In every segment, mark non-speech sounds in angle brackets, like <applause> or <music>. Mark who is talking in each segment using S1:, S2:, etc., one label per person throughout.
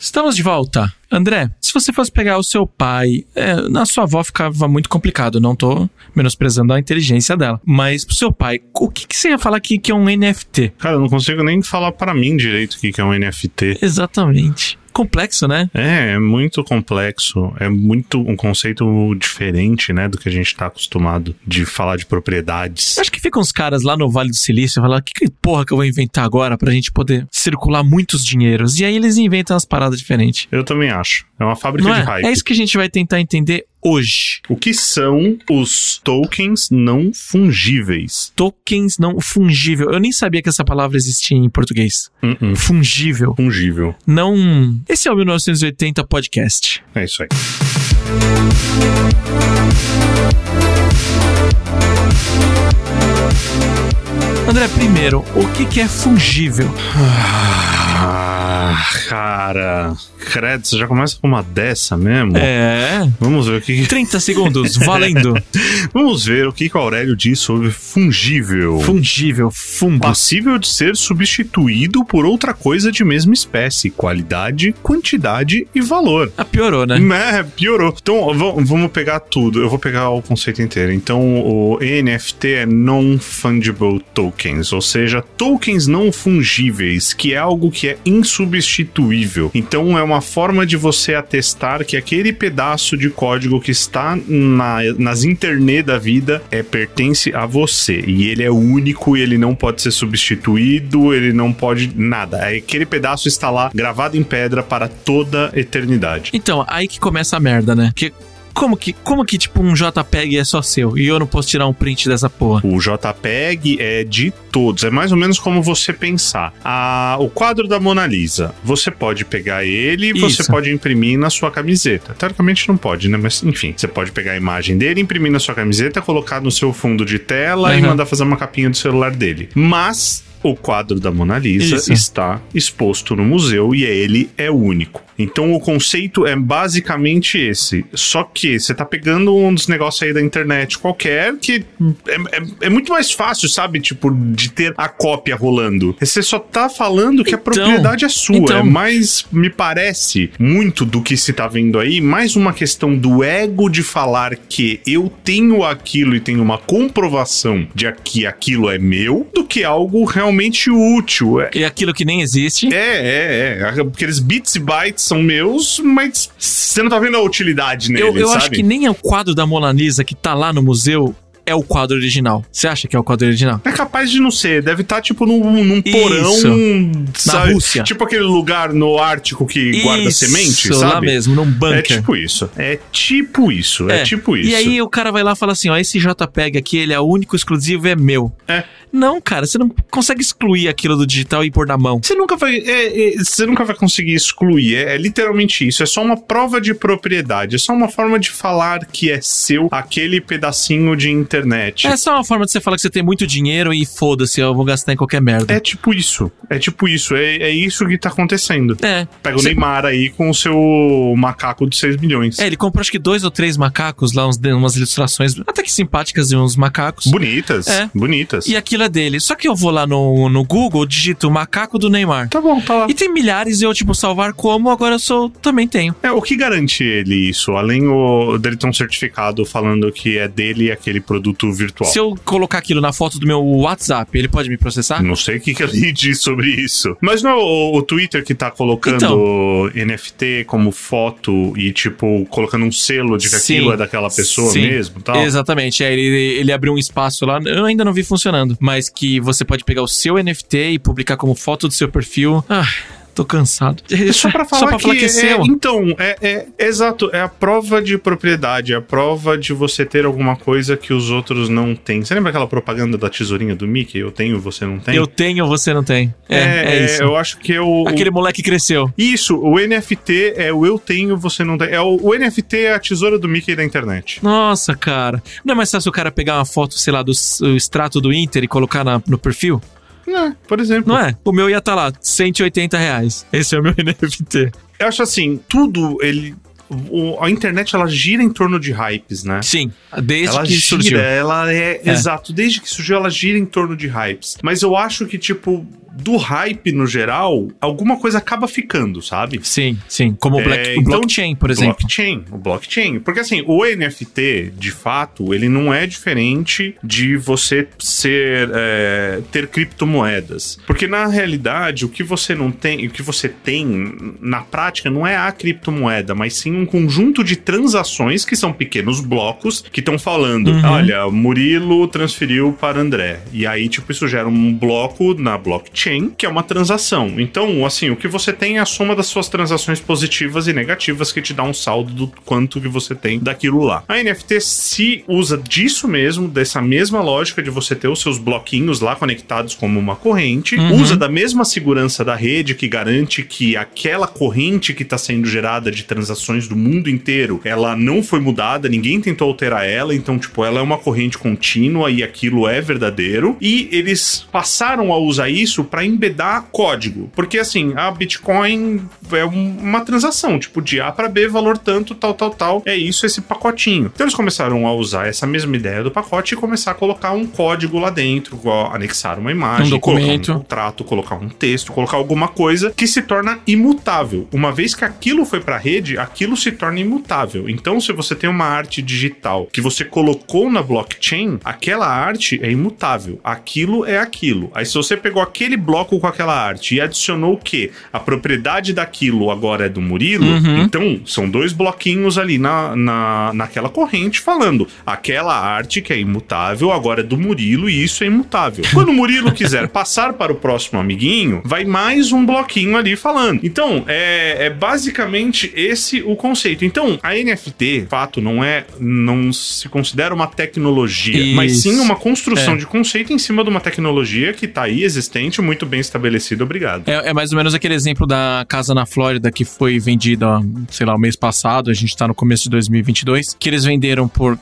S1: Estamos de volta. André, se você fosse pegar o seu pai, é, na sua avó ficava muito complicado, não tô menosprezando a inteligência dela. Mas pro seu pai, o que, que você ia falar que, que é um NFT?
S2: Cara, eu não consigo nem falar para mim direito o que que é um NFT.
S1: Exatamente. Complexo, né?
S2: É, é muito complexo, é muito um conceito diferente, né, do que a gente tá acostumado de falar de propriedades.
S1: Acho que ficam uns caras lá no Vale do Silício falar que, que porra que eu vou inventar agora pra gente poder circular muitos dinheiros. E aí eles inventam umas paradas diferentes.
S2: Eu também acho. É uma fábrica
S1: Não
S2: de
S1: é?
S2: hype.
S1: é isso que a gente vai tentar entender hoje.
S2: O que são os tokens não fungíveis?
S1: Tokens não fungível. Eu nem sabia que essa palavra existia em português.
S2: Uh-uh.
S1: Fungível.
S2: Fungível.
S1: Não. Esse é o 1980 Podcast.
S2: É isso aí.
S1: André, primeiro, o que, que é fungível?
S2: Ah, cara. Credo, você já começa com uma dessa mesmo?
S1: É.
S2: Vamos ver o que.
S1: 30 segundos, valendo.
S2: Vamos ver o que que o Aurélio diz sobre <laughs> fungível.
S1: Fungível, fungo.
S2: Passível um de ser substituído por outra coisa de mesma espécie, qualidade, quantidade e valor.
S1: Ah, piorou, né?
S2: Né? Piorou. Então, ó, vam- vamos pegar tudo. Eu vou pegar o conceito inteiro. Então, o NFT é Non-Fungible Tokens, ou seja, tokens não fungíveis, que é algo que é insubstituível. Então, é uma forma de você atestar que aquele pedaço de código que está na, nas internet da vida é pertence a você. E ele é único, ele não pode ser substituído, ele não pode nada. É, Aquele pedaço está lá gravado em pedra para toda a eternidade.
S1: Então, aí que começa a merda, né? Porque como que, como que tipo, um JPEG é só seu e eu não posso tirar um print dessa porra?
S2: O JPEG é de todos. É mais ou menos como você pensar. Ah, o quadro da Mona Lisa. Você pode pegar ele e você
S1: Isso.
S2: pode imprimir na sua camiseta. Teoricamente não pode, né? Mas enfim, você pode pegar a imagem dele, imprimir na sua camiseta, colocar no seu fundo de tela e
S1: Aham.
S2: mandar fazer uma capinha do celular dele. Mas. O quadro da Mona Lisa
S1: Isso.
S2: está exposto no museu e ele é único. Então o conceito é basicamente esse. Só que você tá pegando um dos negócios aí da internet qualquer que é, é- é muito mais fácil, sabe? Tipo, de ter a cópia rolando. Você só tá falando que a
S1: Então,
S2: propriedade é sua.
S1: então.
S2: É mais, me parece, muito do que se tá vendo aí, mais uma questão do ego de falar que eu tenho aquilo e tenho uma comprovação de que aquilo é meu, do que algo realmente útil. É,
S1: E aquilo que nem existe.
S2: é, é. é. Aqueles bits e bytes são meus, mas você não tá vendo a utilidade neles,
S1: eu eu
S2: sabe?
S1: acho que nem é o quadro da Mona Lisa que tá lá no museu é o quadro original. Você acha que é o quadro original?
S2: É capaz de não ser, deve estar tipo num, num
S1: Isso.
S2: porão, sabe?
S1: Rússia.
S2: Tipo aquele lugar no Ártico que guarda
S1: Isso,
S2: semente,
S1: lá
S2: sabe?
S1: mesmo, num
S2: É
S1: bunker.
S2: tipo isso. É tipo isso. É,
S1: É.
S2: tipo isso.
S1: E aí o cara vai lá e fala assim, ó, esse JPEG aqui, ele é único, exclusivo, é meu.
S2: É.
S1: Não, cara, você não consegue excluir aquilo do digital e pôr na mão.
S2: Você nunca vai, é, é, você nunca vai conseguir excluir. É, é literalmente isso. É só uma prova de propriedade. É só uma forma de falar que é seu aquele pedacinho de internet.
S1: É só uma forma de você falar que você tem muito dinheiro e foda-se, eu vou gastar em qualquer merda.
S2: É tipo isso. É tipo isso. É, é isso que tá acontecendo.
S1: É.
S2: Pega o
S1: Você-
S2: Neymar aí com o seu macaco de 6 milhões.
S1: É, ele comprou acho que dois ou três macacos lá, uns, de- umas ilustrações até que simpáticas de uns macacos.
S2: Bonitas.
S1: É.
S2: Bonitas.
S1: E aquilo é dele. Só que eu vou lá no, no Google, digito macaco do Neymar.
S2: Tá bom, tá lá.
S1: E tem milhares e eu, tipo, salvar como, agora eu sou, também tenho.
S2: É, o que garante ele isso? Além o, dele ter um certificado falando que é dele aquele produto virtual.
S1: Se eu colocar aquilo na foto do meu WhatsApp, ele pode me processar?
S2: Não sei o que, que ele <laughs> diz sobre isso. Mas não é o, o Twitter que tá
S1: Então.
S2: colocando NFT como foto e, tipo, colocando um selo de que
S1: Sim.
S2: aquilo é daquela pessoa
S1: Sim.
S2: mesmo e tal?
S1: Exatamente, é, ele, ele abriu um espaço lá, eu ainda não vi funcionando, mas que você pode pegar o seu NFT e publicar como foto do seu perfil. Ah, tô cansado.
S2: É Só pra
S1: <laughs>
S2: falar,
S1: Só pra falar
S2: que,
S1: que é seu.
S2: Então, é, é- é exato, é a prova de propriedade, é a prova de você ter alguma coisa que os outros não têm. Você lembra aquela propaganda da tesourinha do Mickey? Eu tenho, você não tem?
S1: Eu tenho, você não tem. É, é, isso.
S2: eu acho que é o, o-
S1: Aquele moleque cresceu.
S2: Isso, o NFT é o eu tenho, você não tem. É o, o NFT é a tesoura do Mickey da internet.
S1: Nossa, cara. Não é mais fácil o cara pegar uma foto, sei lá, do s- o extrato do Inter e colocar na- no perfil?
S2: Né, por exemplo.
S1: Não é? O meu ia estar lá, 180 reais. Esse é o meu <laughs> NFT.
S2: Eu acho assim, tudo ele. o- a internet ela gira em torno de hypes, né?
S1: Sim, desde
S2: ela
S1: que
S2: gira,
S1: surgiu.
S2: ela é,
S1: É.
S2: Exato, desde que surgiu, ela gira em torno de hypes. Mas eu acho que, tipo, do hype no geral, alguma coisa acaba ficando, sabe?
S1: Sim, sim. Como o, black,
S2: É,
S1: o
S2: então,
S1: blockchain, por exemplo.
S2: Blockchain, o blockchain. Porque assim, o NFT, de fato, ele não é diferente de você ser é, ter criptomoedas. Porque na realidade, o que você não tem, o que você tem na prática não é a criptomoeda, mas sim um conjunto de transações que são pequenos blocos que estão falando,
S1: Uhum.
S2: olha, Murilo transferiu para André. E aí, tipo, isso gera um bloco na blockchain, que é uma transação. Então, assim, o que você tem é a soma das suas transações positivas e negativas que te dá um saldo do quanto que você tem daquilo lá. A NFT se usa disso mesmo, dessa mesma lógica de você ter os seus bloquinhos lá conectados como uma corrente,
S1: Uhum.
S2: usa da mesma segurança da rede que garante que aquela corrente que está sendo gerada de transações do mundo inteiro, ela não foi mudada, ninguém tentou alterar ela, então tipo, ela é uma corrente contínua e aquilo é verdadeiro. E eles passaram a usar isso para embedar código, porque assim, a Bitcoin é um- uma transação, tipo, de A para B, valor tanto, tal, tal, tal, é isso esse pacotinho. Então eles começaram a usar essa mesma ideia do pacote e começar a colocar um código lá dentro, igual anexar uma imagem,
S1: Um
S2: colocar
S1: documento.
S2: um contrato, colocar um texto, colocar alguma coisa que se torna imutável. Uma vez que aquilo foi pra rede, aquilo se torna imutável. Então, se você tem uma arte digital que você colocou na blockchain, aquela arte é imutável. Aquilo é aquilo. Aí, se você pegou aquele bloco com aquela arte e adicionou o quê? A propriedade daquilo agora é do Murilo,
S1: Uhum.
S2: então, são dois bloquinhos ali na, na, naquela corrente falando. Aquela arte que é imutável, agora é do Murilo e isso
S1: <laughs>
S2: é imutável. Quando o Murilo quiser passar para o próximo amiguinho, vai mais um bloquinho ali falando. Então, é, é basicamente esse o conceito. Então, a NFT, fato, não é. não se considera uma tecnologia, mas sim
S1: Isso. É.
S2: uma construção de conceito em cima de uma tecnologia que está aí existente, muito bem estabelecida. Obrigado.
S1: É, é mais ou menos aquele exemplo da casa na Flórida que foi vendida, ó, sei lá, o mês passado, a gente tá no começo de 2022, que eles venderam por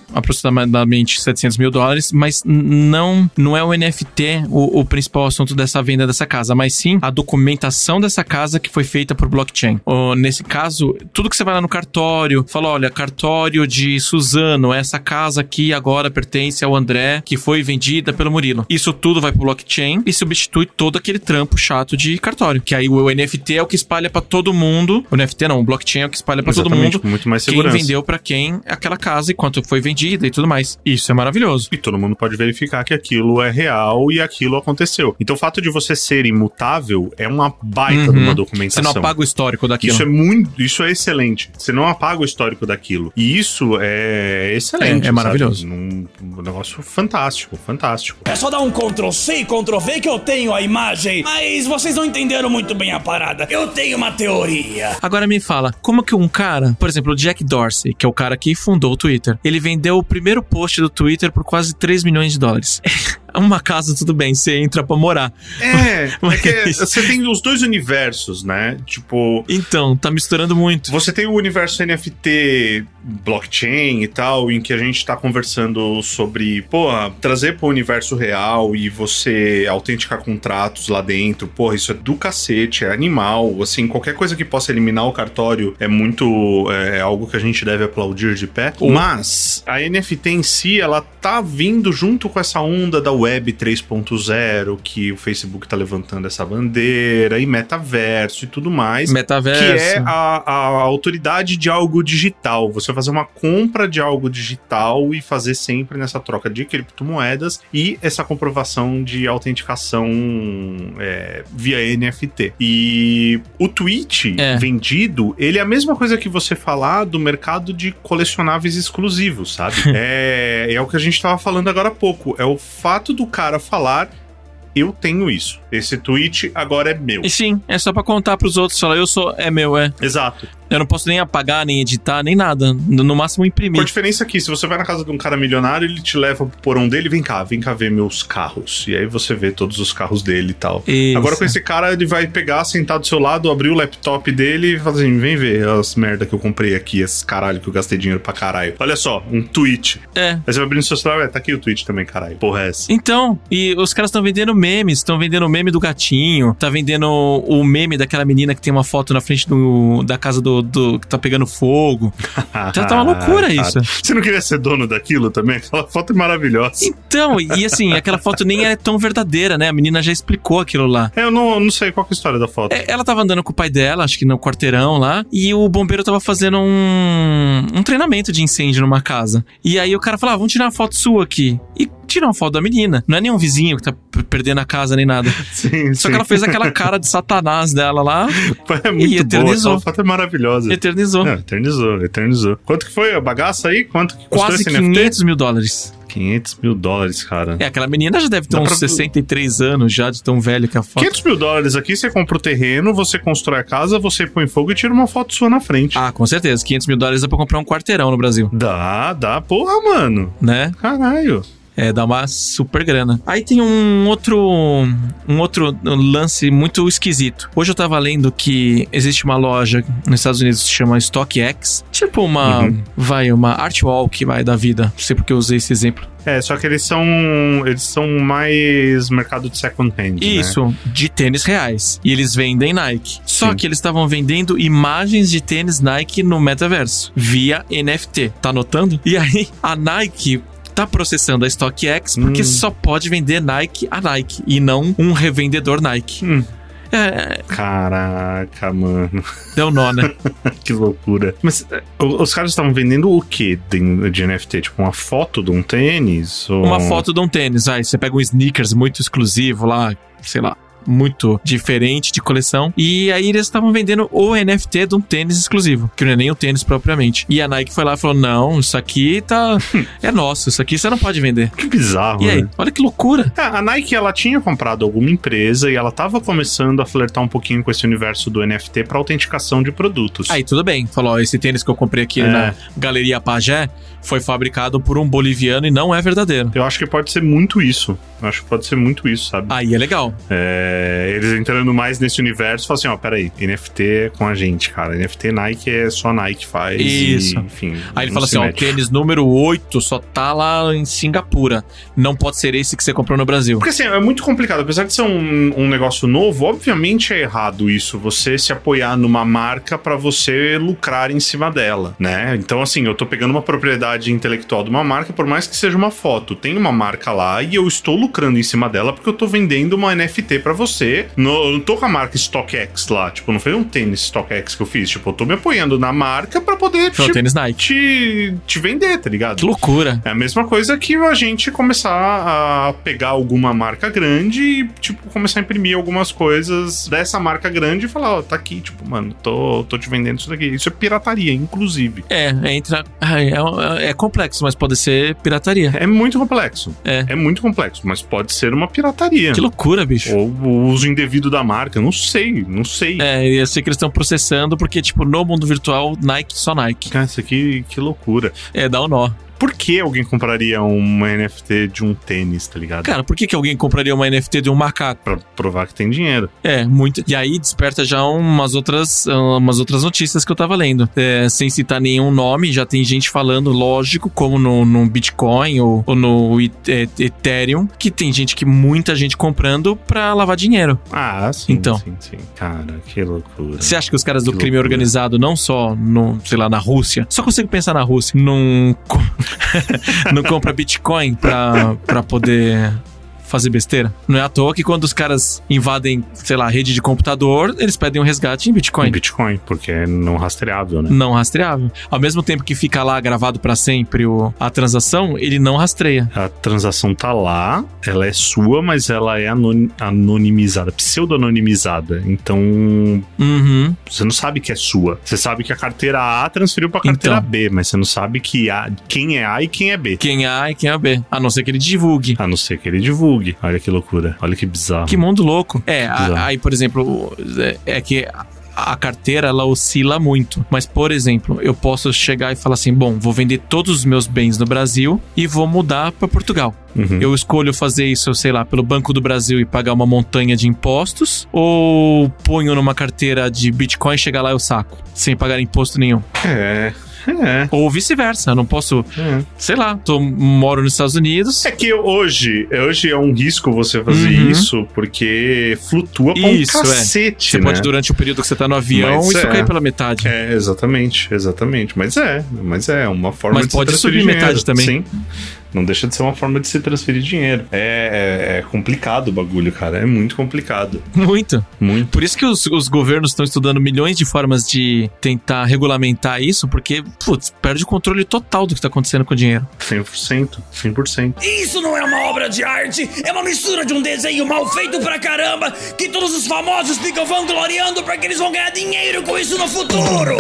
S1: aproximadamente 700 mil dólares, mas n- não, não é o NFT o, o principal assunto dessa venda dessa casa, mas sim a documentação dessa casa que foi feita por blockchain. Ó, nesse caso, tudo que você vai lá no cartório, fala, olha, cartório de Suzano, essa casa aqui agora pertence ao André, que foi vendida pelo Murilo. Isso tudo vai pro blockchain e substitui todo aquele trampo chato de cartório, que aí o NFT é o que espalha pra todo mundo. O NFT não, o blockchain é o que espalha pra todo
S2: Exatamente,
S1: mundo.
S2: com muito mais
S1: Quem
S2: segurança.
S1: vendeu pra quem é aquela casa e quanto foi vendida e tudo mais. Isso é maravilhoso.
S2: E todo mundo pode verificar que aquilo é real e aquilo aconteceu. Então o fato de você ser imutável é uma baita
S1: Uhum.
S2: de uma
S1: Você
S2: documentação.
S1: não apaga o histórico daquilo.
S2: Isso é muito, isso é excelente. Você não apaga o histórico daquilo. E isso é excelente.
S1: É, é maravilhoso.
S2: sabe? Num- Um, negócio fantástico,
S1: <laughs>
S2: fantástico.
S3: É só dar um Ctrl C e Ctrl V que eu tenho a imagem. Mas vocês não entenderam muito bem a parada. Eu tenho uma teoria.
S1: Agora me fala, como que um cara, por exemplo, o Jack Dorsey, que é o cara que fundou o Twitter, ele vendeu o primeiro post do Twitter por quase 3 milhões de dólares. <laughs> Uma casa, tudo bem, você entra pra morar.
S2: É, é
S1: Mas-
S2: que você tem os dois universos, né? Tipo,
S1: Então, tá misturando muito.
S2: Você tem o universo NFT, blockchain e tal, em que a gente tá conversando sobre, porra, trazer pro universo real e você autenticar contratos lá dentro. Porra, isso é do cacete, é animal. Assim, qualquer coisa que possa eliminar o cartório é muito. É, é algo que a gente deve aplaudir de pé. Mas a NFT em si, ela tá vindo junto com essa onda da Web 3.0, que o Facebook tá levantando essa bandeira, e metaverso e tudo mais
S1: Metaverso.
S2: que é a, a autoridade de algo digital. Você fazer uma compra de algo digital e fazer sempre nessa troca de criptomoedas e essa comprovação de autenticação é, via NFT. E o tweet
S1: É.
S2: vendido, ele é a mesma coisa que você falar do mercado de colecionáveis
S1: <laughs>
S2: exclusivos, sabe? é, é o que a gente tava falando agora há pouco. É o fato do cara falar. Eu tenho isso. Esse tweet agora é meu.
S1: E sim, é só pra contar pros outros, falar, eu sou, é meu, é.
S2: Exato.
S1: Eu não posso nem apagar, nem editar, nem nada. No no máximo
S2: Com a
S1: imprimir.
S2: diferença é que se você vai na casa de um cara milionário, ele te leva pro porão dele, vem cá, vem cá ver meus carros. E aí você vê todos os carros dele e tal.
S1: Isso.
S2: Agora com esse cara, ele vai pegar, sentar do seu lado, abrir o laptop dele e falar assim, vem ver as merda que eu comprei aqui, esses caralho que eu gastei dinheiro pra caralho. Olha só, um tweet.
S1: É.
S2: Aí você vai abrir no seu celular, "Ué, tá aqui o tweet também, caralho. Porra é <laughs> essa?
S1: Então, e os caras estão vendendo memes, estão vendendo o meme do gatinho, tá vendendo o meme daquela menina que tem uma foto na frente do, da casa do do, do que tá pegando fogo. Já tá uma loucura
S2: Ai,
S1: isso.
S2: cara. Você não queria ser dono daquilo também? Aquela foto é maravilhosa.
S1: Então, e assim, aquela foto nem é tão verdadeira, né? A menina já explicou aquilo lá.
S2: É, eu não, não sei qual que é a história da foto.
S1: É, Ela tava andando com o pai dela, acho que no quarteirão lá, e o bombeiro tava fazendo um, um treinamento de incêndio numa casa. E aí o cara falou: ah, vamos tirar uma foto sua aqui. E tirar uma foto da menina. Não é nenhum vizinho que tá p- perdendo a casa nem nada.
S2: Sim,
S1: Só que ela fez aquela cara de satanás dela lá,
S2: É muito boa.
S1: eternizou.
S2: Aquela foto é maravilhosa.
S1: eternizou.
S2: Não, eternizou, eternizou. Quanto que foi a bagaça aí? Quanto que custou
S1: Quase
S2: esse NFT?
S1: 500 mil dólares.
S2: 500 mil dólares, cara.
S1: É, aquela menina já deve ter
S2: Dá
S1: uns
S2: pra-
S1: 63 anos já, de tão velho que a foto.
S2: 500 mil dólares aqui, você compra o terreno, você constrói a casa, você põe fogo e tira uma foto sua na frente.
S1: Ah, com certeza. 500 mil dólares dá pra comprar um quarteirão no Brasil,
S2: Dá, dá, porra, mano.
S1: né?
S2: Caralho.
S1: É, dá uma super grana. Aí tem um outro, um outro lance muito esquisito. Hoje eu tava lendo que existe uma loja nos Estados Unidos que se chama StockX. Tipo uma,
S2: Uhum.
S1: vai, uma art walk, vai, da vida. Não sei porque eu usei esse exemplo.
S2: É, só que eles são. Eles são mais mercado de second hand. Né?
S1: Isso, de tênis reais. E eles vendem Nike. Só
S2: Sim.
S1: que eles estavam vendendo imagens de tênis Nike no metaverso, via NFT. Tá notando? E aí, a Nike tá processando a StockX porque
S2: Hum.
S1: só pode vender Nike a Nike e não um revendedor Nike.
S2: Hum.
S1: É,
S2: Caraca, mano. <laughs>
S1: deu nó, né?
S2: Que loucura. Mas é, o- os caras estavam vendendo o que de, de NFT? Tipo, uma foto de um tênis? Ou...
S1: Uma foto de um tênis, aí você pega um sneakers muito exclusivo lá, sei lá, muito diferente de coleção. E aí eles estavam vendendo o NFT de um tênis exclusivo, que não é nem o tênis propriamente. E a Nike foi lá e falou: "Não, isso aqui tá é nosso, isso aqui você não pode vender".
S2: Que bizarro,
S1: E aí,
S2: né?
S1: olha que loucura.
S2: É, A Nike, ela tinha comprado alguma empresa e ela tava começando a flertar um pouquinho com esse universo do NFT pra autenticação de produtos.
S1: Aí tudo bem, falou: ó, "Esse tênis que eu comprei aqui
S2: É.
S1: na Galeria Pajé foi fabricado por um boliviano e não é verdadeiro".
S2: Eu acho que pode ser muito isso. Eu acho que pode ser muito isso, sabe?
S1: Aí é legal.
S2: É, eles entrando mais nesse universo, falam assim, ó, peraí, NFT é com a gente, cara. NFT Nike é só Nike faz.
S1: Isso.
S2: E, enfim.
S1: Aí ele
S2: não
S1: fala
S2: se
S1: assim: ó, o
S2: mete.
S1: tênis número 8 só tá lá em Singapura. Não pode ser esse que você comprou no Brasil.
S2: Porque assim, é muito complicado. Apesar de ser um, um negócio novo, obviamente é errado isso. Você se apoiar numa marca pra você lucrar em cima dela, né? Então, assim, eu tô pegando uma propriedade intelectual de uma marca, por mais que seja uma foto. Tem uma marca lá e eu estou lucrando em cima dela porque eu tô vendendo uma NFT pra você. No- eu não tô com a marca StockX lá. Tipo, não foi um tênis StockX que eu fiz. Tipo, eu tô me apoiando na marca pra poder
S1: Foi o
S2: te,
S1: tênis Nike.
S2: te, te vender, tá ligado?
S1: Que loucura.
S2: É a mesma coisa que a gente começar a pegar alguma marca grande e, tipo, começar a imprimir algumas coisas dessa marca grande e falar, ó, tá aqui, tipo, mano, tô, tô te vendendo isso daqui. Isso é pirataria, inclusive.
S1: É, é entra. ai, É, é complexo, mas pode ser pirataria.
S2: É muito complexo.
S1: É.
S2: muito complexo, mas pode ser uma pirataria.
S1: Que loucura, bicho.
S2: Ou o uso indevido da marca, não sei, não sei.
S1: É, eu sei que eles estão processando, porque, tipo, no mundo virtual, Nike, só Nike.
S2: Cara, isso aqui, que loucura.
S1: É, dá um nó.
S2: Por que alguém compraria uma NFT de um tênis, tá ligado?
S1: Cara, por que, que alguém compraria uma NFT de um macaco?
S2: Pra provar que tem dinheiro.
S1: É, muito. E aí desperta já umas outras, umas outras notícias que eu tava lendo. É, sem citar nenhum nome, já tem gente falando, lógico, como no, no Bitcoin ou, ou no E- E- Ethereum, que tem gente que muita gente comprando pra lavar dinheiro.
S2: Ah, sim.
S1: Então.
S2: Sim, sim. Cara, que loucura.
S1: Você acha que os caras do
S2: Que
S1: crime
S2: loucura.
S1: organizado, não só no, sei lá, na Rússia, só consigo pensar na Rússia, não, co- <laughs> não compra Bitcoin pra, pra poder fazer besteira? Não é à toa que quando os caras invadem, sei lá, rede de computador, eles pedem um resgate em Bitcoin.
S2: Em Bitcoin, porque é não rastreável, né?
S1: Não rastreável. Ao mesmo tempo que fica lá gravado pra sempre o- a transação, ele não rastreia.
S2: A transação tá lá, ela é sua, mas ela é anon- anonimizada, pseudo-anonimizada. Então,
S1: Uhum.
S2: você não sabe que é sua. Você sabe que a carteira A transferiu pra carteira
S1: Então.
S2: B, mas você não sabe que a, quem é A e quem é B.
S1: Quem é A e quem é B. A não ser que ele divulgue.
S2: A não ser que ele divulgue. Olha que loucura. Olha que bizarro.
S1: Que mundo louco. É, a-
S2: Bizarro.
S1: aí, por exemplo, o- é- é que a- a carteira ela oscila muito. Mas, por exemplo, eu posso chegar e falar assim: bom, vou vender todos os meus bens no Brasil e vou mudar pra Portugal.
S2: Uhum.
S1: Eu escolho fazer isso, sei lá, pelo Banco do Brasil e pagar uma montanha de impostos ou ponho numa carteira de Bitcoin, chegar lá e eu saco, sem pagar imposto nenhum.
S2: É. É.
S1: Ou vice-versa. Eu não posso,
S2: É.
S1: sei lá, tô, moro nos Estados Unidos.
S2: É que hoje, hoje é um risco você fazer
S1: Uhum.
S2: isso, porque flutua pra
S1: Isso,
S2: um
S1: é.
S2: cacete,
S1: Você
S2: né?
S1: pode, durante o período que você tá no avião,
S2: Mas
S1: isso
S2: é.
S1: cair pela metade.
S2: É, exatamente, exatamente. Mas é, mas é uma forma
S1: Mas
S2: de se
S1: pode
S2: transferir
S1: subir
S2: dinheiro.
S1: metade também.
S2: Sim. Não deixa de ser uma forma de se transferir dinheiro. É, é- é complicado o bagulho, cara. É muito complicado.
S1: <laughs> Muito.
S2: Muito.
S1: Por isso que os, os governos estão estudando milhões de formas de tentar regulamentar isso, porque, putz, perde o controle total do que tá acontecendo com o dinheiro.
S2: 100%. 100%.
S3: Isso não é uma obra de arte, é uma mistura de um desenho mal feito pra caramba que todos os famosos ficam vangloriando porque eles vão ganhar dinheiro com isso no futuro.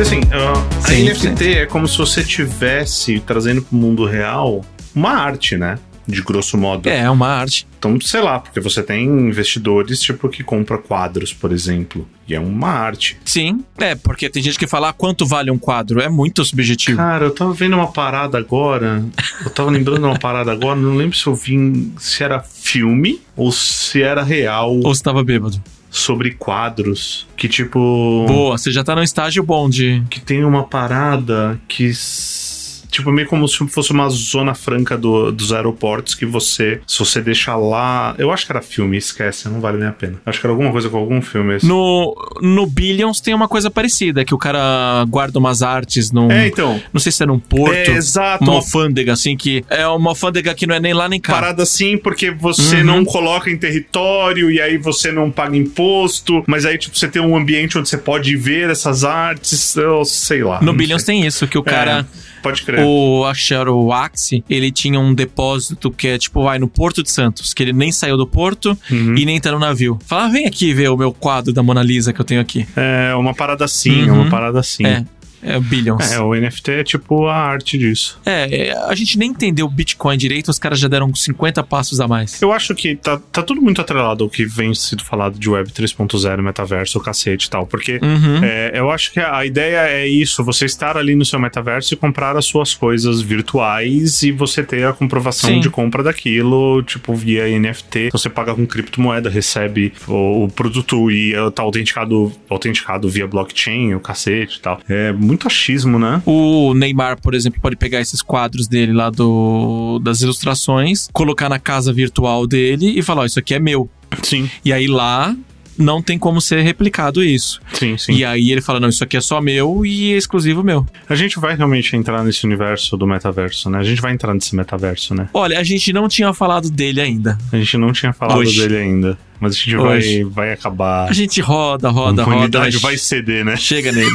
S2: Assim, ah, a
S1: Sim,
S2: NFT é como se você tivesse trazendo pro mundo real uma arte, né? De grosso modo.
S1: É, é uma arte.
S2: Então, sei lá, porque você tem investidores, tipo, que compra quadros, por exemplo. E é uma arte.
S1: Sim, é, porque tem gente que fala "Ah, quanto vale um quadro. É muito subjetivo.
S2: Cara, eu tava vendo uma parada agora. Eu tava lembrando de uma parada agora, não lembro se eu vi em- se era filme ou se era real
S1: Ou você tava bêbado.
S2: sobre quadros. Que tipo.
S1: Boa, você já tá num estágio bom de.
S2: que tem uma parada que. s- Tipo, meio como se fosse uma zona franca do- dos aeroportos que você, se você deixar lá. Eu acho que era filme, esquece, não vale nem a pena. Acho que era alguma coisa com algum filme. esse.
S1: No, no Billions tem uma coisa parecida, que o cara guarda umas artes num.
S2: É, então.
S1: Não sei se é num porto.
S2: É, exato.
S1: Uma
S2: Uma
S1: alfândega, assim, que é uma alfândega que não é nem lá nem cá.
S2: parada assim, porque você
S1: Uhum.
S2: não coloca em território e aí você não paga imposto, mas aí, tipo, você tem um ambiente onde você pode ver essas artes, eu sei lá.
S1: No
S2: não
S1: Billions
S2: sei.
S1: tem isso,
S2: É.
S1: que o cara.
S2: Pode crer.
S1: O Axar, o Axie, ele tinha um depósito que é tipo, vai no Porto de Santos, que ele nem saiu do porto e nem tá no navio. Fala, vem aqui ver o meu quadro da Mona Lisa que eu tenho aqui.
S2: É uma parada assim, é
S1: Uhum.
S2: uma parada assim.
S1: É, é Billions.
S2: É, o NFT é tipo a arte disso.
S1: É, é, a gente nem entendeu o Bitcoin direito, os caras já deram 50 passos a mais.
S2: Eu acho que tá, tá tudo muito atrelado ao que vem sido falado de Web 3.0, metaverso, cacete e tal, porque
S1: Uhum.
S2: É, eu acho que a ideia é isso: você estar ali no seu metaverso e comprar as suas coisas virtuais e você ter a comprovação
S1: Sim.
S2: de compra daquilo, tipo via NFT. Então você paga com criptomoeda, recebe o, o produto e eh, tá autenticado, autenticado via blockchain, o cacete e tal. É muito achismo, né?
S1: O Neymar, por exemplo, pode pegar esses quadros dele lá do, das ilustrações, colocar na casa virtual dele e falar: ó, Isso aqui é meu.
S2: Sim,
S1: E aí lá não tem como ser replicado isso.
S2: sim, sim.
S1: E aí ele fala: Não, isso aqui é só meu e é exclusivo meu.
S2: A gente vai realmente entrar nesse universo do metaverso, né? A gente vai entrar nesse metaverso, né?
S1: Olha, a gente não tinha falado dele ainda.
S2: A gente não tinha falado
S1: Hoje.
S2: dele ainda, mas a gente vai,
S1: Hoje.
S2: vai acabar.
S1: A gente roda,
S2: A
S1: roda, roda.
S2: humanidade
S1: mas
S2: vai ceder, né?
S1: Chega
S2: <laughs>
S1: nele.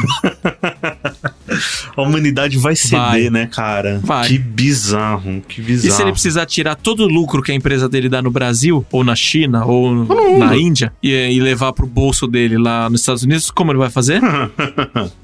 S2: A humanidade vai ceder,
S1: Vai.
S2: né, cara?
S1: Vai.
S2: Que bizarro, que
S1: E
S2: bizarro.
S1: se ele precisar tirar todo o lucro que a empresa dele dá no Brasil, ou na China, ou na Índia, e, e levar pro bolso dele lá nos Estados Unidos, como ele vai
S2: <laughs>
S1: fazer?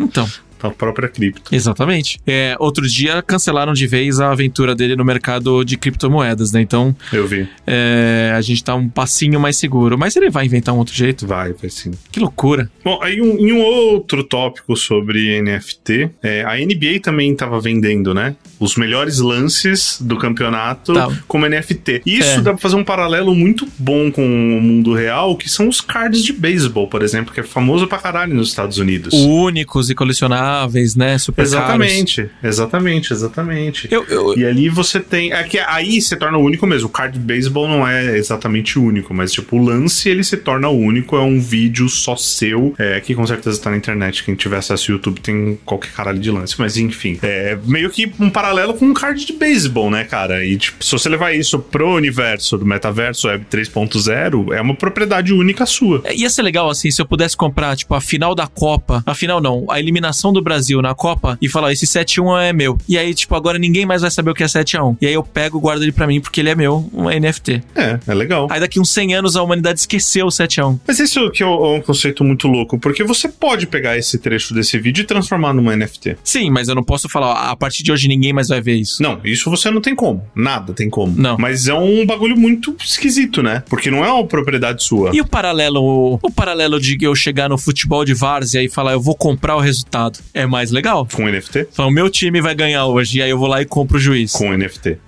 S1: então,
S2: Tá A própria cripto.
S1: exatamente. É, outro dia cancelaram de vez a aventura dele no mercado de criptomoedas, né? Então
S2: Eu vi.
S1: é, a gente tá um passinho mais seguro. Mas ele vai inventar um outro jeito.
S2: Vai, vai sim.
S1: Que loucura.
S2: Bom, aí um, em um outro tópico sobre NFT, é, a NBA também estava vendendo, né? Os melhores lances do campeonato
S1: Tá.
S2: como NFT. E isso
S1: É.
S2: dá pra fazer um paralelo muito bom com o mundo real, que são os cards de beisebol, por exemplo, que é famoso pra caralho nos Estados Unidos.
S1: Únicos e colecionáveis, né? Super caros.
S2: Exatamente, exatamente, exatamente.
S1: Eu, eu,
S2: E ali você tem. É que aí se torna único mesmo. O card baseball não é exatamente único, mas tipo, o lance ele se torna único. É um vídeo só seu, é, que com certeza tá na internet. Quem tiver acesso ao YouTube tem qualquer caralho de lance, mas enfim. É meio que um paralelo com um card de beisebol, né, cara? E tipo, se você levar isso pro universo do metaverso Web 3.0, é uma propriedade única sua.
S1: É, Ia ser legal, assim, se eu pudesse comprar, tipo, a final da Copa. A final não, a eliminação do Brasil na Copa e falar, esse 7x1 é meu. E aí, tipo, agora ninguém mais vai saber o que é 7x1. E aí eu pego, guardo ele pra mim, porque ele é meu, um NFT.
S2: É, é legal.
S1: Aí daqui uns 100 anos a humanidade esqueceu o 7x1.
S2: Mas isso que é um conceito muito louco, porque você pode pegar esse trecho desse vídeo e transformar numa NFT.
S1: Sim, mas eu não posso falar, ó, a partir de hoje ninguém mais vai ver isso.
S2: Não, isso você não tem como. Nada tem como.
S1: Não.
S2: Mas é um bagulho muito esquisito, né? Porque não é uma propriedade sua.
S1: E o paralelo, o paralelo de eu chegar no futebol de várzea e falar, eu vou comprar o resultado, é mais legal?
S2: Com NFT?
S1: Falar, o meu time vai ganhar hoje, e aí eu vou lá e compro o juiz.
S2: Com NFT.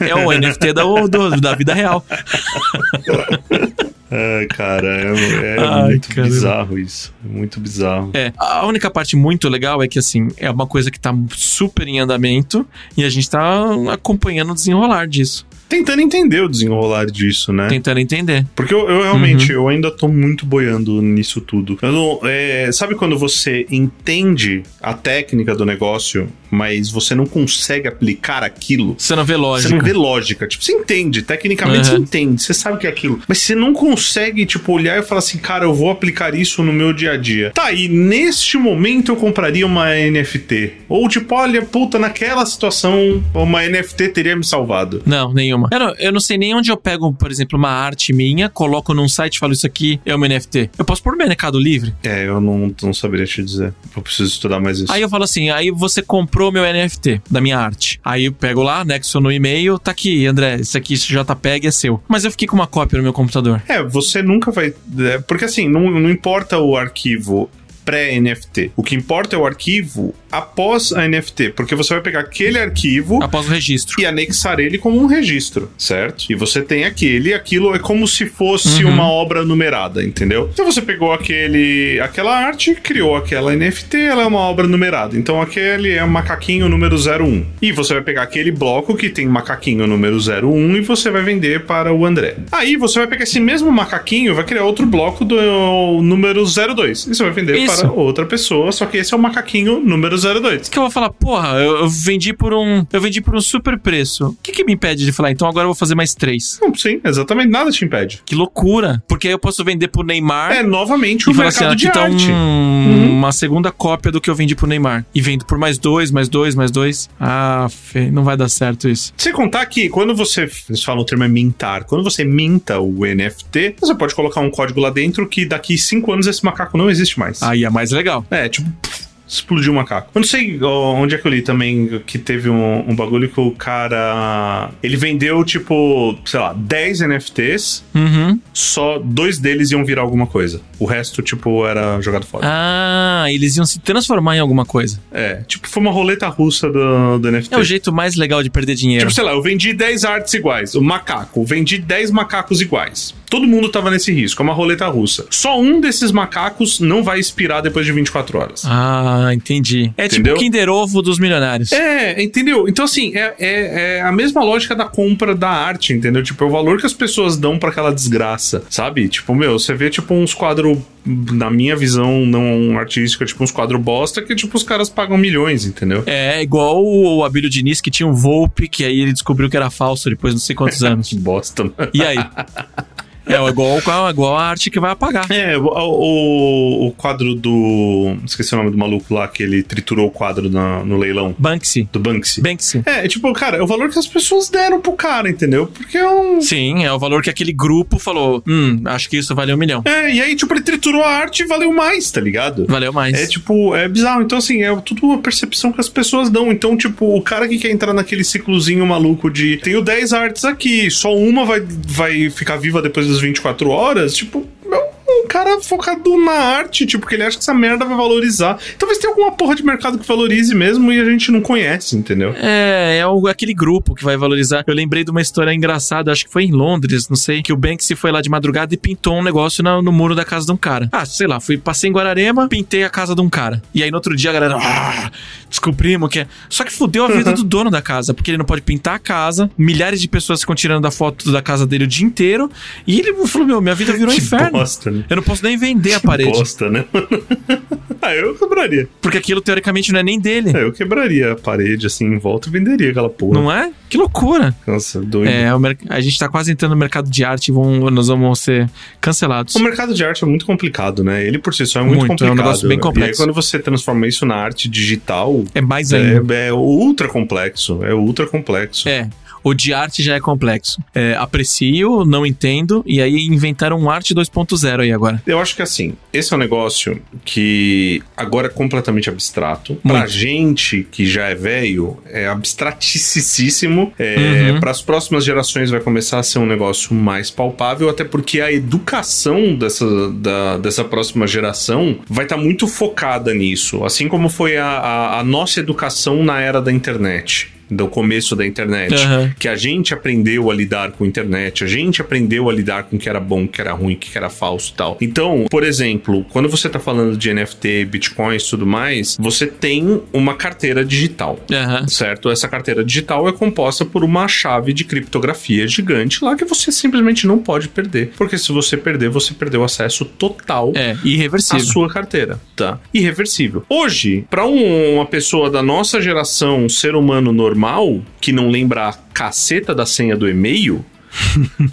S1: É o NFT da, do- da vida real.
S2: Ai, cara, é,
S1: <laughs>
S2: é
S1: Ai,
S2: muito
S1: caramba.
S2: bizarro isso. É Muito bizarro.
S1: É, a única parte muito legal é que, assim, é uma coisa que tá super em andamento e a gente tá acompanhando o desenrolar disso,
S2: Tentando entender o desenrolar disso, né?
S1: tentando entender.
S2: Porque eu, eu realmente,
S1: Uhum.
S2: eu ainda tô muito boiando nisso tudo. Eu não- é, sabe quando você entende a técnica do negócio, mas você não consegue aplicar aquilo?
S1: Você não vê lógica.
S2: Você não vê lógica. Tipo, você entende, tecnicamente você
S1: Uhum.
S2: entende, você sabe o que é aquilo. Mas você não consegue, tipo, olhar e falar assim, cara, eu vou aplicar isso no meu dia a dia. Tá, e neste momento eu compraria uma NFT. Ou tipo, olha, puta, naquela situação uma NFT teria me salvado.
S1: Não, nenhuma. Eu não, eu não sei nem onde eu pego, por exemplo, uma arte minha, coloco num site e falo isso aqui é uma NFT. Eu posso pôr no Mercado Livre?
S2: É, eu não, não saberia te dizer. Eu preciso estudar mais isso.
S1: Aí eu falo assim, aí você comprou meu NFT da minha arte. Aí eu pego lá, anexo no e-mail, tá aqui, André, isso aqui, esse JPEG é seu. Mas eu fiquei com uma cópia no meu computador.
S2: É, você nunca vai. é, porque assim, não, não importa o arquivo pré-NFT. O que importa é o arquivo após a NFT. Porque você vai pegar aquele arquivo
S1: Após o registro.
S2: e anexar ele como um registro, certo? E você tem aquele, e aquilo é como se fosse uma obra numerada, entendeu? Então você pegou aquele, aquela arte, criou aquela NFT, ela é uma obra numerada. Então aquele é macaquinho número 01. E você vai pegar aquele bloco que tem macaquinho número 01 e você vai vender para o André. Aí você vai pegar esse mesmo macaquinho, e vai criar outro bloco do número 02 e você vai vender
S1: Isso.
S2: para outra pessoa, só que esse é o macaquinho número 02.
S1: que eu vou falar, porra, eu, eu vendi por um. Eu vendi por um super preço. O que, que me impede de falar, então agora eu vou fazer mais três?
S2: Não, Então, sim, exatamente, nada te impede.
S1: Que loucura! Porque aí eu posso vender pro Neymar.
S2: É novamente o
S1: e falar assim,
S2: mercado
S1: ah,
S2: de
S1: aqui tá um-
S2: arte.
S1: uma segunda cópia do que eu vendi pro Neymar. E vendo por mais dois, mais dois, mais dois. Ah, Fê, não vai dar certo isso.
S2: Sem contar que quando você. Eles falam o termo é mintar. Quando você minta o NFT, você pode colocar um código lá dentro que daqui cinco anos esse macaco não existe mais.
S1: Aí é mais legal.
S2: É, tipo. pff, Explodiu o macaco. Eu não sei ó, onde é que eu li também que teve um, um bagulho que o cara. Ele vendeu, tipo, sei lá, 10 NFTs,
S1: Uhum.
S2: só dois deles iam virar alguma coisa. O resto, tipo, era jogado fora.
S1: Ah, eles iam se transformar em alguma coisa.
S2: É, tipo, foi uma roleta russa do, do NFT.
S1: É o jeito mais legal de perder dinheiro.
S2: Tipo, sei lá, eu vendi 10 artes iguais, o macaco, vendi 10 macacos iguais. Todo mundo tava nesse risco, é uma roleta russa. Só um desses macacos não vai expirar depois de 24 horas.
S1: Ah, entendi. É
S2: Entendeu?
S1: tipo o Kinder Ovo dos milionários.
S2: É, entendeu? Então, assim, é, é- é a mesma lógica da compra da arte, entendeu? Tipo, é o valor que as pessoas dão pra aquela desgraça, sabe? Tipo, meu, você vê, tipo, uns quadros, na minha visão não artística, tipo, uns quadros bosta que, tipo, os caras pagam milhões, entendeu?
S1: É igual o Abílio Diniz que tinha um Volpe, que aí ele descobriu que era falso depois de não sei quantos anos.
S2: Que É bosta, né? mano.
S1: E
S2: <laughs>
S1: aí? É igual, igual a arte que vai apagar.
S2: É, o, o, o quadro do. Esqueci o nome do maluco lá que ele triturou o quadro na- no leilão
S1: Banksy.
S2: do Banksy.
S1: Banksy.
S2: É, tipo, cara, é o valor que as pessoas deram pro cara, entendeu? Porque é um.
S1: Sim, é o valor que aquele grupo falou. Hum, acho que isso valeu um milhão.
S2: É, e aí, tipo, ele triturou a arte e valeu mais, tá ligado?
S1: Valeu mais.
S2: É tipo, é bizarro. Então, assim, é tudo uma percepção que as pessoas dão. Então, tipo, o cara que quer entrar naquele ciclozinho maluco de tenho 10 artes aqui, só uma vai, vai ficar viva depois das 24 horas, tipo. é Um cara focado na arte, tipo, que ele acha que essa merda vai valorizar. Talvez tenha alguma porra de mercado que valorize mesmo e a gente não conhece, entendeu?
S1: É, é o- aquele grupo que vai valorizar. Eu lembrei de uma história engraçada, acho que foi em Londres, não sei, que o Banksy foi lá de madrugada e pintou um negócio na- no muro da casa de um cara. Ah, sei lá, fui, passei em Guararema, pintei a casa de um cara. E aí no outro dia a galera, ah, descobrimos que é. Só que fudeu a
S2: Uhum.
S1: vida do dono da casa, porque ele não pode pintar a casa, milhares de pessoas ficam tirando da foto da casa dele o dia inteiro, e ele falou: Meu, minha vida virou um
S2: Que
S1: inferno.
S2: bosta, né?
S1: Eu não posso nem vender a parede,
S2: Bosta, né? <laughs> ah, eu quebraria.
S1: porque aquilo teoricamente não é nem dele,
S2: É, eu quebraria a parede assim em volta e venderia aquela porra.
S1: não é? Que loucura!
S2: Nossa, doido.
S1: É, o mer- a gente tá quase entrando no mercado de arte e vão- nós vamos ser cancelados.
S2: O mercado de arte é muito complicado, né? Ele por si só é muito,
S1: Muito, é um
S2: complicado.
S1: negócio bem
S2: né?
S1: complexo.
S2: E aí, quando você transforma isso na arte digital,
S1: É mais ainda.
S2: é, é ultra complexo. É ultra complexo.
S1: É. O de arte já é complexo. É, aprecio, não entendo, e aí inventaram um arte 2.0 aí agora.
S2: Eu acho que assim, esse é um negócio que agora é completamente abstrato. Pra
S1: Muito.
S2: gente que já é velho, é abstraticíssimo. É,
S1: Uhum.
S2: Para as próximas gerações vai começar a ser um negócio mais palpável, até porque a educação dessa, da- dessa próxima geração vai tá estar muito focada nisso. Assim como foi a, a- a nossa educação na era da internet. do começo da internet.
S1: Aham.
S2: Que a gente aprendeu a lidar com a internet, a gente aprendeu a lidar com o que era bom, o que era ruim, o que era falso e tal. Então, por exemplo, quando você tá falando de NFT, bitcoins e tudo mais, você tem uma carteira digital.
S1: Aham.
S2: Certo? Essa carteira digital é composta por uma chave de criptografia gigante lá que você simplesmente não pode perder. Porque se você perder, você perdeu acesso total
S1: É,
S2: a
S1: irreversível.
S2: sua carteira, tá? Irreversível. Hoje, pra um- uma pessoa da nossa geração, um ser humano normal, que não lembra a caceta da senha
S1: <laughs>
S2: do e-mail,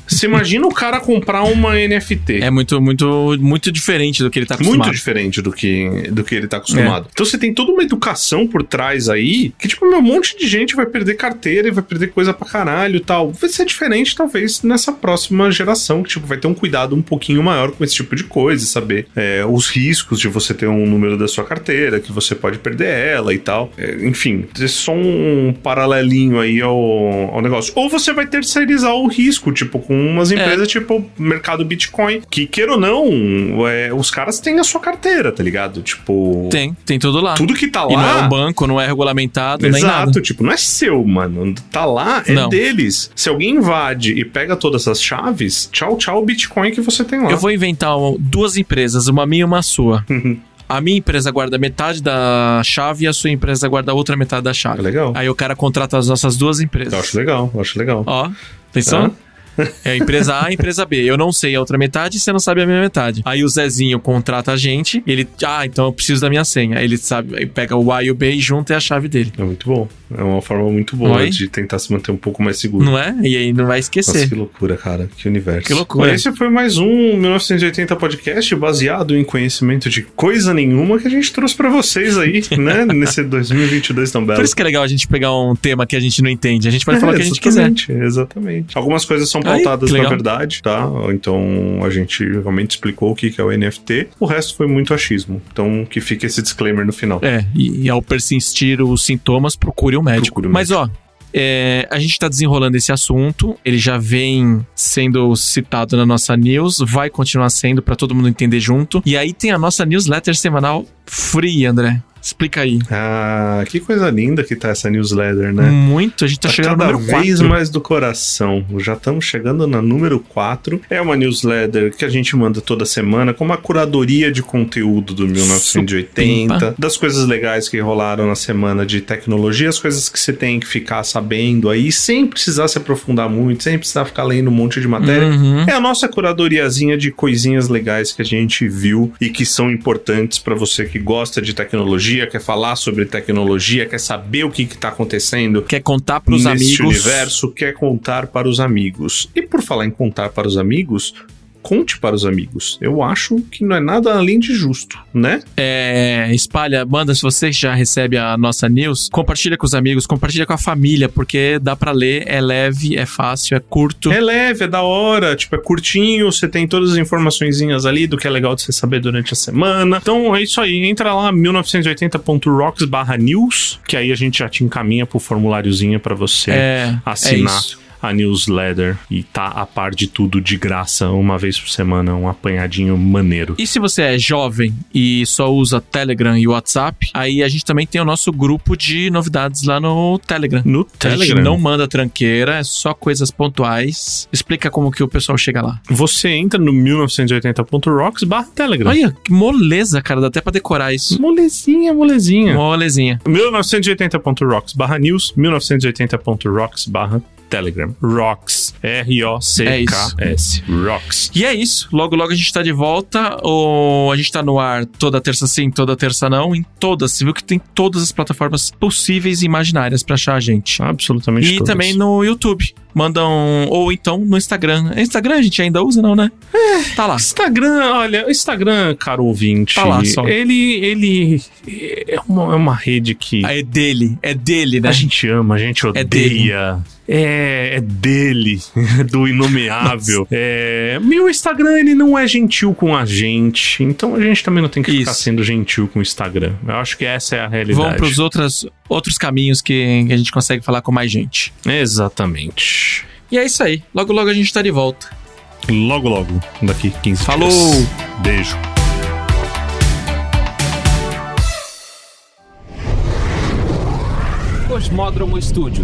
S2: se imagina o cara comprar uma NFT.
S1: É muito, muito, muito diferente do que ele tá acostumado.
S2: Muito diferente do que, do que ele
S1: É.
S2: tá acostumado. Então você tem toda uma educação por trás aí, que tipo, meu, um monte de gente vai perder carteira e vai perder coisa pra caralho e tal. Vai ser diferente, talvez, nessa próxima geração, que tipo, vai ter um cuidado um pouquinho maior com esse tipo de coisa, saber é, os riscos de você ter um número da sua carteira, que você pode perder ela e tal. É, enfim, é só um paralelinho aí ao, ao negócio. Ou você vai terceirizar o risco, tipo, com umas empresas tipo mercado Bitcoin, que queira ou não, é, os caras têm a sua carteira, tá ligado? Tipo,
S1: Tem, tem tudo lá.
S2: tudo que tá lá.
S1: E não é um banco, não é regulamentado, nem nada.
S2: Exato, tipo, não é seu, mano. Tá lá, é
S1: Não.
S2: deles. Se alguém invade e pega todas essas chaves, tchau, tchau, Bitcoin que você tem lá.
S1: Eu vou inventar um- duas empresas, uma minha e uma sua.
S2: Uhum.
S1: A minha empresa guarda metade da chave e a sua empresa guarda a outra metade da chave.
S2: Ah, Legal.
S1: Aí o cara contrata as nossas duas
S2: Eu
S1: empresas.
S2: Então. acho legal, eu acho legal.
S1: Ó, atenção. É a empresa A e a empresa B. Eu não sei a outra metade, você não sabe a minha metade. Aí o Zezinho contrata a gente, ele. Ah, então eu preciso da minha senha. Aí ele sabe, aí pega o A e o B e junta é a chave dele.
S2: É muito bom. É uma forma muito boa
S1: Oi?
S2: de tentar se manter um pouco mais seguro.
S1: Não é? E aí não vai
S2: Nossa,
S1: esquecer.
S2: que loucura, cara. Que universo.
S1: Que loucura.
S2: Esse foi mais um 1980 podcast baseado em conhecimento de coisa nenhuma que a gente trouxe pra
S1: <laughs>
S2: vocês aí, né? Nesse 2022 tão belo.
S1: Por isso que é legal a gente pegar um tema que a gente não entende. A gente pode falar o que a gente quiser.
S2: <laughs> exatamente, Exatamente. Algumas coisas são
S1: Aí,
S2: pautadas
S1: que
S2: na
S1: legal.
S2: verdade, tá? Então a gente realmente explicou o que que é o NFT. O resto foi muito achismo. Então que fica esse disclaimer no final.
S1: É, e, e ao persistir os sintomas, procure um médico.
S2: Procure um
S1: Mas, ó. é, a gente tá desenrolando esse assunto, ele já vem sendo citado na nossa news, vai continuar sendo pra todo mundo entender junto. E aí tem a nossa newsletter semanal free, André. Explica aí.
S2: Ah, que coisa linda que tá essa newsletter, né?
S1: Muito, a gente tá,
S2: Tá
S1: chegando
S2: cada
S1: no número
S2: vez
S1: 4.
S2: mais do coração. Já estamos chegando na número 4. É uma newsletter que a gente manda toda semana com uma curadoria de conteúdo do 1980,
S1: Supimpa.
S2: das coisas legais que rolaram na semana de tecnologia, as coisas que você tem que ficar sabendo aí, sem precisar se aprofundar muito, sem precisar ficar lendo um monte de matéria.
S1: Uhum.
S2: É a nossa curadoriazinha de coisinhas legais que a gente viu e que são importantes pra você que gosta de tecnologia, quer falar sobre tecnologia, quer saber o que que tá acontecendo
S1: Quer contar pros
S2: neste
S1: amigos.
S2: universo quer contar para os amigos. E por falar em contar para os amigos, conte para os amigos. Eu acho que não é nada além de justo, né?
S1: É, espalha, manda se você já recebe a nossa news, compartilha com os amigos, compartilha com a família, porque dá pra ler, é leve, é fácil, é curto.
S2: É leve, é da hora, tipo, é curtinho, você tem todas as informaçõezinhas ali do que é legal de você saber durante a semana. Então é isso aí, entra lá 1980.rocks barra news, que aí a gente já te encaminha pro formuláriozinho para você
S1: É,
S2: assinar.
S1: é isso.
S2: a newsletter e tá a par de tudo de graça uma vez por semana, um apanhadinho maneiro.
S1: E se você é jovem e só usa Telegram e WhatsApp, aí a gente também tem o nosso grupo de novidades lá no Telegram.
S2: No
S1: A
S2: Telegram.
S1: gente não manda tranqueira, é só coisas pontuais. Explica como que o pessoal chega lá.
S2: Você entra no 1980.rocks barra Telegram.
S1: Olha, que moleza, cara, dá até pra decorar isso.
S2: Molezinha, molezinha.
S1: Molezinha.
S2: 1980.rocks barra news, 1980.rocks barra Telegram. Rocks.
S1: É
S2: R-O-C-K-S. Rocks.
S1: E é isso. Logo, logo a gente tá de volta. Ou a gente tá no ar toda terça sim, toda terça não. Em todas. Você viu que tem todas as plataformas possíveis e imaginárias pra achar a gente.
S2: Absolutamente
S1: E
S2: todas.
S1: também no YouTube. Mandam. Ou então no Instagram. Instagram a gente ainda usa, não, né? Tá lá.
S2: Instagram, olha, o Instagram, caro ouvinte,
S1: Tá lá só.
S2: ele, ele é uma, é uma rede que
S1: Ah, é dele. É dele, né?
S2: a gente ama, a gente odeia. É
S1: dele.
S2: dele, é, dele <laughs> é do inominável. É, meu Instagram, ele não é gentil com a gente, então a gente também não tem que ficar
S1: Isso.
S2: sendo gentil com o Instagram. Eu acho que essa é a
S1: Vão
S2: realidade.
S1: pros outras, outros caminhos que que a gente consegue falar com mais gente.
S2: Exatamente.
S1: E é isso aí. Logo, logo a gente tá de volta.
S2: Logo, logo, daqui 15
S1: Falou!
S2: dias. Beijo.
S1: Cosmódromo Studio.